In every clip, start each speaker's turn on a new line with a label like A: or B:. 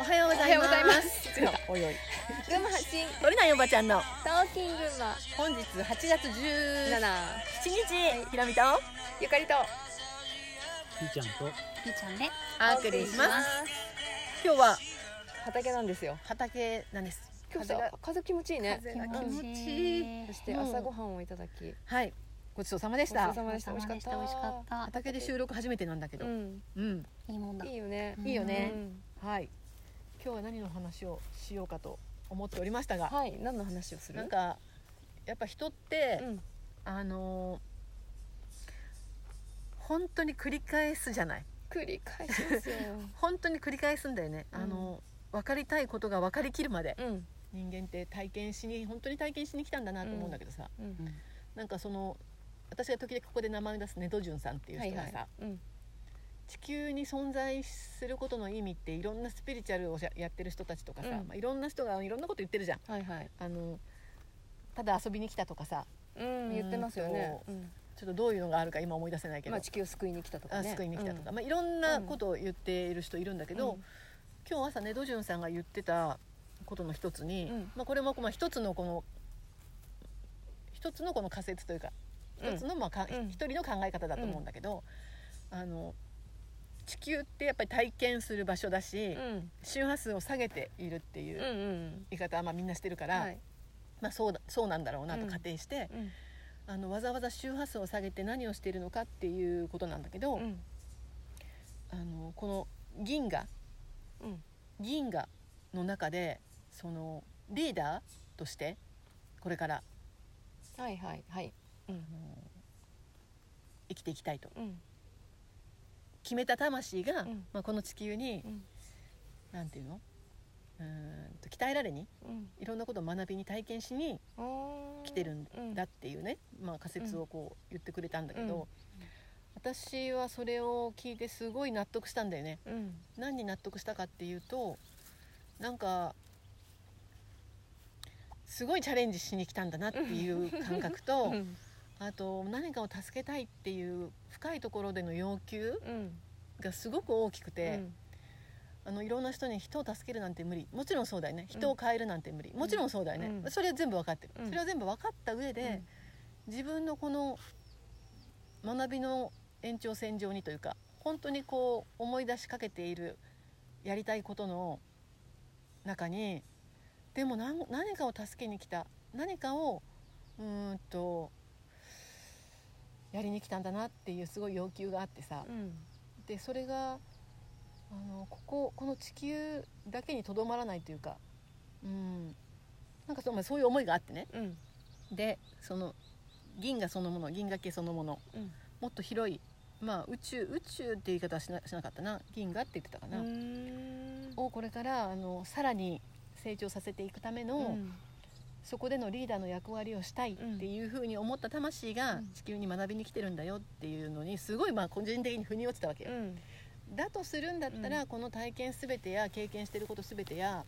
A: おはようございます。
B: 違うおいおい
C: 群馬発信
A: 取れないおばちゃんの
C: トーキン群馬
B: 本日8月17
C: 7
A: 七日ひろみと
C: ゆかりと
D: ピーちゃんと
B: ピーちゃんね
A: アークリします。今日は
C: 畑なんですよ
A: 畑なんです。
C: 今日さ
A: 風が
C: 風気持ちいいね
A: 風が気持ちいい。
C: そして朝ごはんをいただき
A: はい、ごちそうさまでし
C: ごちそ
A: た
C: うさ。までした
B: お
C: 美味
B: 疲れ様で
C: しかった
B: した美味しかった
A: 畑で収録初めてなんだけど、
C: う
A: うん、
C: ん
B: いいもんだ
C: いいよね
A: いいよね
C: う。ん
A: はい。今日は何の話をしようかと思っておりましたが、
C: はい何の話をする
A: なんかやっぱ人って、
C: うん
A: あのー本当に繰り返すじゃない。
C: 繰り返しますよ
A: 本当に繰り返すんだよね。
C: うん
A: あの分かりたいことが分かりきるまで
C: うん
A: 人間って体験しに本当に体験しに来たんだなと思うんだけどさ、
C: うん
A: なんかその私が時々ここで名前を出すネドジュンさんっていう
C: はい
A: 人
C: は
A: がさ、
C: いうん
A: 地球に存在することの意味っていろんなスピリチュアルをしゃやってる人たちとかさ、
C: うん
A: まあ、いろんな人がいろんなこと言ってるじゃん
C: はいはい
A: あのただ遊びに来たとかさ
C: うん言ってますよね
A: う
C: うん
A: ちょっとどういうのがあるか今思い出せないけど、
C: まあ地球を救いに来たとか
A: あ
C: ね
A: 救いに来たとか、
C: うん
A: まあ、いろんなことを言っている人いるんだけど、
C: うん
A: 今日朝ねドジュンさんが言ってたことの一つに、
C: うん
A: まあ、これもまあ一つのこの一つのこの仮説というか
C: うん
A: 一つのまあか、
C: うん
A: 一人の考え方だと思うんだけど、あの地球ってやっぱり体験する場所だし、
C: うん
A: 周波数を下げているっていううん
C: うん
A: 言い方はまあみんなしてるから、
C: はい
A: まあ、そうだそうなんだろうなと
C: うん
A: 仮定して、
C: うん
A: あのわざわざ周波数を下げて何をしているのかっていうことなんだけど、
C: うん
A: あのこの銀河
C: うん
A: 銀河の中でそのリーダーとしてこれから
C: はいはいはいうん
A: 生きていきたいと
C: うん
A: 決めた魂が、
C: うん
A: まあ、この地球に
C: うん
A: なんていうのうーんと鍛えられに
C: うん
A: いろんなことを学びに体験しに来
C: 来
A: てるんだっていうね、まあ、仮説をこう言ってくれたんだけど、
C: うんうん
A: 私はそれを聞いてすごい納得したんだよね。
C: うん
A: 何に納得したかっていうとなんかすごいチャレンジしに来たんだなって いう感覚と、
C: うん
A: あと何かを助けたいっていう深いところでの要求
C: うん
A: がすごく大きくて、
C: うん
A: あのいろんな人に人を助けるなんて無理もちろんそうだよね人を変えるなんて無理、もちろんそうだよね、
C: うん
A: それは全部分かってる、
C: うん
A: それは全部分かった上で、自分のこの学びの延長線上にというか本当にこう思い出しかけているやりたいことの中にでも何何かを助けに来た何かをうーんとやりに来たんだなっていうすごい要求があってさ、
C: うん
A: でそれがあのこここの地球だけにとどまらないというか、うん、なんかそうまあそういう思いがあってね
C: うん
A: でその銀河そのもの銀河系そのもの
C: うん
A: もっと広いまあ宇宙宇宙って言い方はしなしなかったな銀河って言ってたかな、
C: うん
A: をこれからあのさらに成長させていくための、そこでのリーダーの役割をしたいっていうふうに思った魂
C: う
A: が
C: ん
A: 地球に学びに来てるんだよっていうのにすごいまあ個人的に腑に落ちたわけよ。
C: うん
A: だとするんだったら、
C: う
A: この体験すべてや経験してることすべてや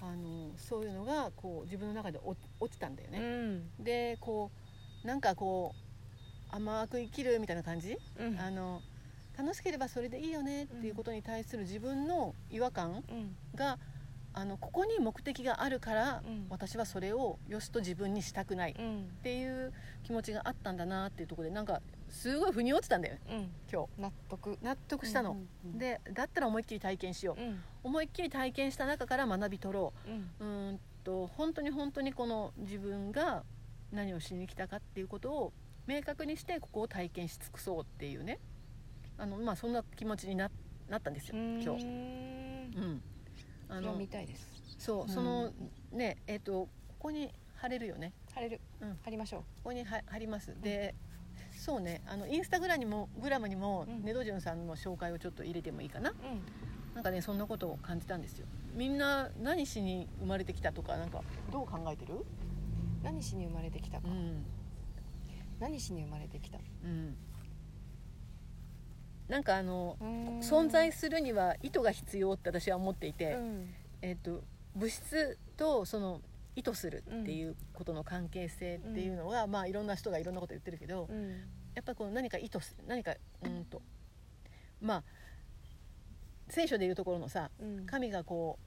A: あのそういうのがこう自分の中で落落ちたんだよね。
C: うん
A: でこうなんかこう甘く生きるみたいな感じ、
C: うん
A: あの楽しければそれでいいよねっていうことに対する自分の違和感
C: うん
A: があのここに目的があるから、
C: うん
A: 私はそれをよしと自分にしたくないっ
C: うん
A: ていう気持ちがあったんだなっていうところでなんかすごい腑に落ちたんだよね
C: うん
A: 今日
C: 納得
A: 納得したの、でだったら思いっきり体験しよう、
C: うん
A: 思いっきり体験した中から学び取ろう
C: うん
A: うーんと本当に本当にこの自分が何をしに来たかっていうことを明確にしてここを体験し尽くそうっていうねあの、まあ、そんな気持ちにななったんですよ今日。
C: 日
A: うん、あの
C: 見たいです
A: そうそのねえっ、とここに貼れるよね
C: 貼れる
A: うん
C: 貼りましょ
A: ここに貼貼りますで、そうねあのインスタグラムにもグラムにも
C: うん
A: ネドジュンさんの紹介をちょっと入れてもいいかな
C: ううん
A: なんかねそんなことを感じたんですよみんな何しに生まれてきたとかなんかどう考えてる、
C: 何しに生まれてきたか
A: ん
C: 何しに生まれてきた
A: うん、なんかあの存
C: 存
A: 在するには意図が必要って私は思っていて、
C: うん
A: えっと物質とその意図するっていうことの関係性っていうのは、まあいろんな人がいろんなこと言ってるけど、
C: うん
A: やっぱりこう何か意図す何かうんとまあ聖書でいうところのさ
C: うん
A: 神がこ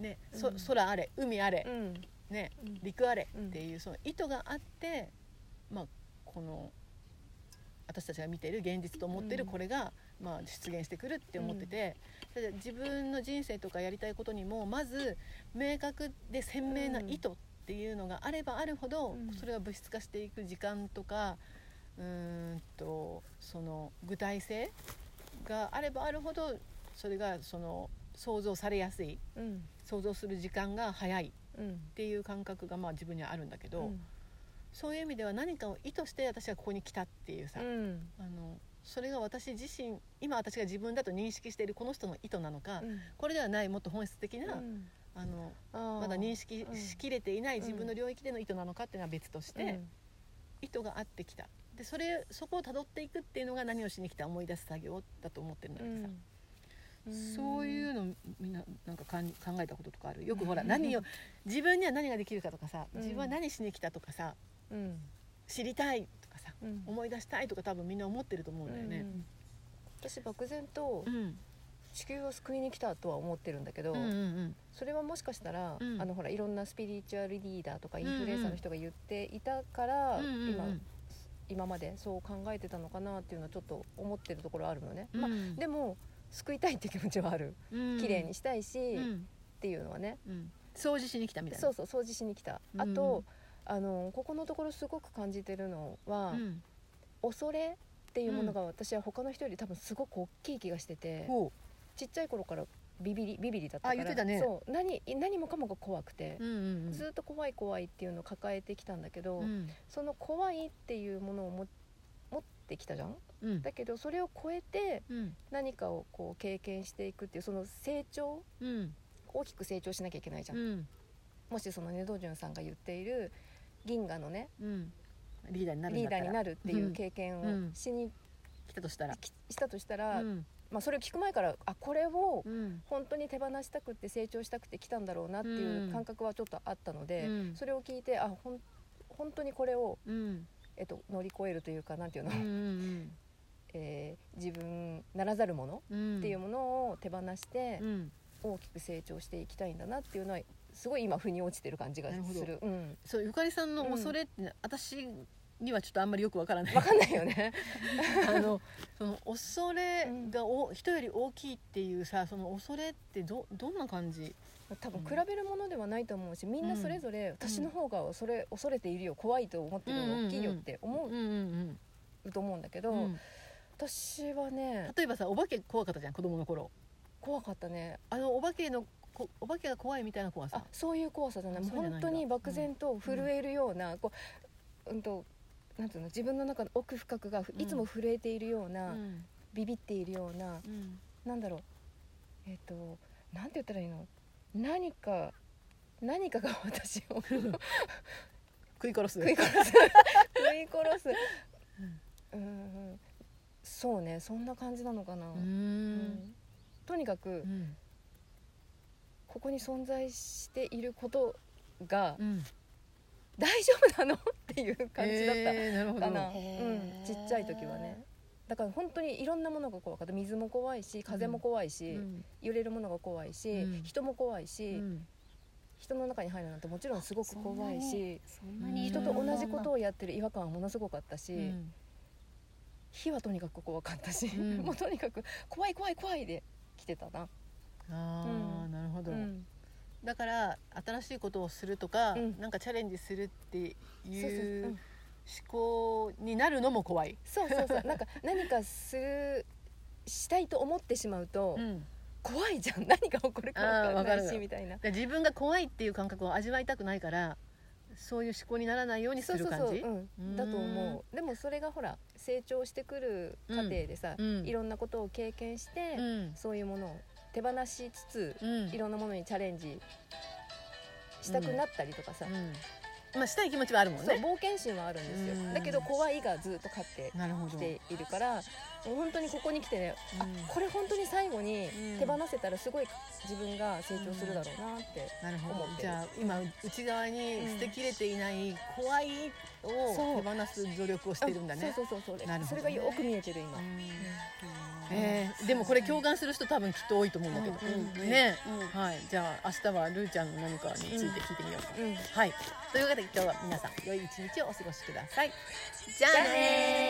A: う、ね、そ
C: うん
A: 空あれ海あれ
C: う、ん
A: ね、
C: うん
A: 陸あれっていうその意図があって、まあ、この私たちが見ている現実と思っている
C: うん
A: これが、まあ、出現してくるって思ってて、それで自分の人生とかやりたいことにもまず明確で鮮明な意図っていうのがあればあるほど、
C: うん
A: それが物質化していく時間とかうーんとその具体性があればあるほどそれがその想像されやすい
C: うん
A: 想像する時間が早い
C: うん
A: っていう感覚がまあ自分にはあるんだけど、そういう意味では何かを意図して私はここに来たっていうさ、
C: うん
A: あのそれが私自身今私が自分だと認識しているこの人の意図なのか、
C: うん
A: これではないもっと本質的な、
C: うん
A: あの
C: あー
A: まだ認識
C: うん
A: しきれていない自分の領域での意図なのかっていうのは別として、
C: うん
A: 意図があってきたでそれそこをたどっていくっていうのが何をしに来た思い出す作業だと思ってるんだけどさ。
C: うん
A: そういうのみんななんかかん考えたこととかあるよくほら何を自分には何ができるかとかさ
C: うん
A: 自分は何しに来たとかさ
C: うん
A: 知りたいとかさ
C: うん
A: 思い出したいとか多分みんな思ってると思うんだよね。
C: うん私漠然と
A: うん
C: 地球を救いに来たとは思ってるんだけど、
A: うんうん
C: それはもしかしたら、
A: うん
C: あのほらいろんなスピリチュアルリーダーとかインフルエンサーの人が言っていたか
A: う
C: ら、
A: んうん
C: 今今までそう考えてたのかなっていうのはちょっと思ってるところあるのね、まあ、でも救いたいって気持ちはある綺麗にしたいし、
A: う
C: っ
A: ん
C: ていうのはね
A: うん掃除しに来たみたいな。
C: そうそう掃除しに来た、
A: うん
C: あとあのここのところすごく感じてるのは、
A: うん
C: 恐れっていうものが私は他の人より多分すごく大きい気がしてて、
A: ほ
C: ちっちゃい頃からビビりビビりだったから
A: あ言ってたね
C: そう何何もかもが怖くて
A: う、うんうんうん
C: ずっと怖い怖いっていうのを抱えてきたんだけど、
A: うん
C: その怖いっていうものをも持ってきたじゃん
A: うん
C: だけどそれを超えて
A: うん
C: 何かをこう経験していくっていうその成長
A: うん
C: 大きく成長しなきゃいけないじゃん、
A: うん
C: もしそのねドジュンさんが言っている銀河のね
A: うんリーダーになるん
C: リ
A: だった
C: ーダーに
A: ら
C: なるっていう経験
A: うん
C: をしに
A: 来たとしたら。
C: きしたとしたら、
A: うん
C: まあ、それを聞く前からあこれを
A: うん
C: 本当に手放したくって成長したくて来たんだろうなって
A: う
C: い
A: ん
C: う感覚はちょっとあったので、
A: うん
C: それを聞いてあほん本当にこれを、
A: うん
C: えっと、乗り越えるというかなんていうの、
A: うんうん
C: えー自分ならざるもの
A: うん
C: っていうものを手放して
A: うん
C: 大きく成長していきたいんだなっていうのはすごい今腑に落ちてる感じが
A: なるほど
C: する、 うん、
A: そうゆかりさんの恐れって、私にはちょっとあんまりよくわからない
C: 分かんないよね
A: あの その恐れがお人より大きいっていうさその恐れってどどんな感じ
C: 多分
A: うん
C: 比べるものではないと思うしみんなそれぞれ私の方が恐れ恐れているよ怖いと思ってるよ大きいよって思
A: ん
C: うと思うんだけど、私はね
A: 例えばさお化け怖かったじゃん子供の頃
C: 怖かったね
A: あのお化けのこお化けが怖いみたいな怖
C: あ
A: さ
C: そういう怖さじゃない
A: あ
C: もう
A: そうじゃないん
C: 本
A: だ
C: 当に漠然と震えるような、こううんとなんていうの自分の中の奥深くがふ
A: うん
C: いつも震えているよう
A: う
C: な、
A: ん
C: ビビっているような
A: うん
C: なんだろうえっ、となんて言ったらいいの何か何かが私を食
A: 食い殺す
C: い殺す食い殺すうんうんそうねそんな感じなのかな、
A: うー
C: うん
A: ん
C: とにかく、
A: うん
C: ここに存在していることが、
A: うん
C: 大丈夫なのっていう感じだった、
A: えーなるほど
C: かな、
B: へー
C: うん、ちっちゃい時はねだから本当にいろんなものが怖かった水も怖いし風も怖いし、
A: うん
C: 揺れるものが怖いし、
A: うん
C: 人も怖いうし、
A: ん
C: 人の中に入るなんてもちろんすごく怖いし
B: そんなに
A: そ
C: 人
A: ん
C: と
A: なに
C: 同じこと
B: を
C: をやってる違和感はものすごかったし、
A: うん
C: 火はとにかく怖かったし、
A: うん
C: もうとにかく怖い怖い怖いで来てたな。
A: あ
C: う
A: あ
C: ん
A: なるほど
C: うん
A: だから新しいことをするとか、
C: うん
A: なんかチャレンジするって
C: そうそう
A: いう
C: う
A: 思
C: ん
A: 考になるのも怖い。
C: そうそうそうなんか何かするしたいと思ってしまうと、
A: うん、
C: 怖いじゃん何が起こるか分かんな
A: あーわ
C: い
A: か
C: し
A: る
C: みたいな
A: 自分が怖いっていう感覚を味わいたくないからそういう思考にならないようにす
C: そう
A: る
C: そう
A: 感じ
C: そう、う
A: うん
C: ん、だと思うでもそれがほら成長してくる過程でさ、
A: うんうん
C: いろんなことを経験して、
A: うん
C: そういうものを手放しつつ、
A: うん
C: いろんなものにチャレンジしたくなったりとかさ、
A: うんまあしたい気持ちはあるもん
C: そう
A: ね。
C: 冒険心はあるんですよ、
A: うん
C: だけど怖いがずっと勝って
A: なるほ
C: き
A: ど
C: ているから本当にここに来てねこれ本当に最後に
A: うん
C: 手放せたらすごい自分が成長するだろうなって、
A: なるほ
C: 思
A: ど
C: ってる
A: じゃあ今内側に捨てきれていない怖いを
C: そう
A: 手放す努力をしてるんだね
C: そうそうそうそう、
A: なるほ
C: そ
A: どね
C: れがよく見えてる今、
A: うんえーでもこれ共感する人多分きっと多いと思うんだけど、
B: うんうん
A: ね
B: うん
A: はいじゃあ明日はルーちゃんの何かについて聞いてみようか、
C: うん
A: はいというわけで今日は皆さん良い一日をお過ごしくださいじゃあねー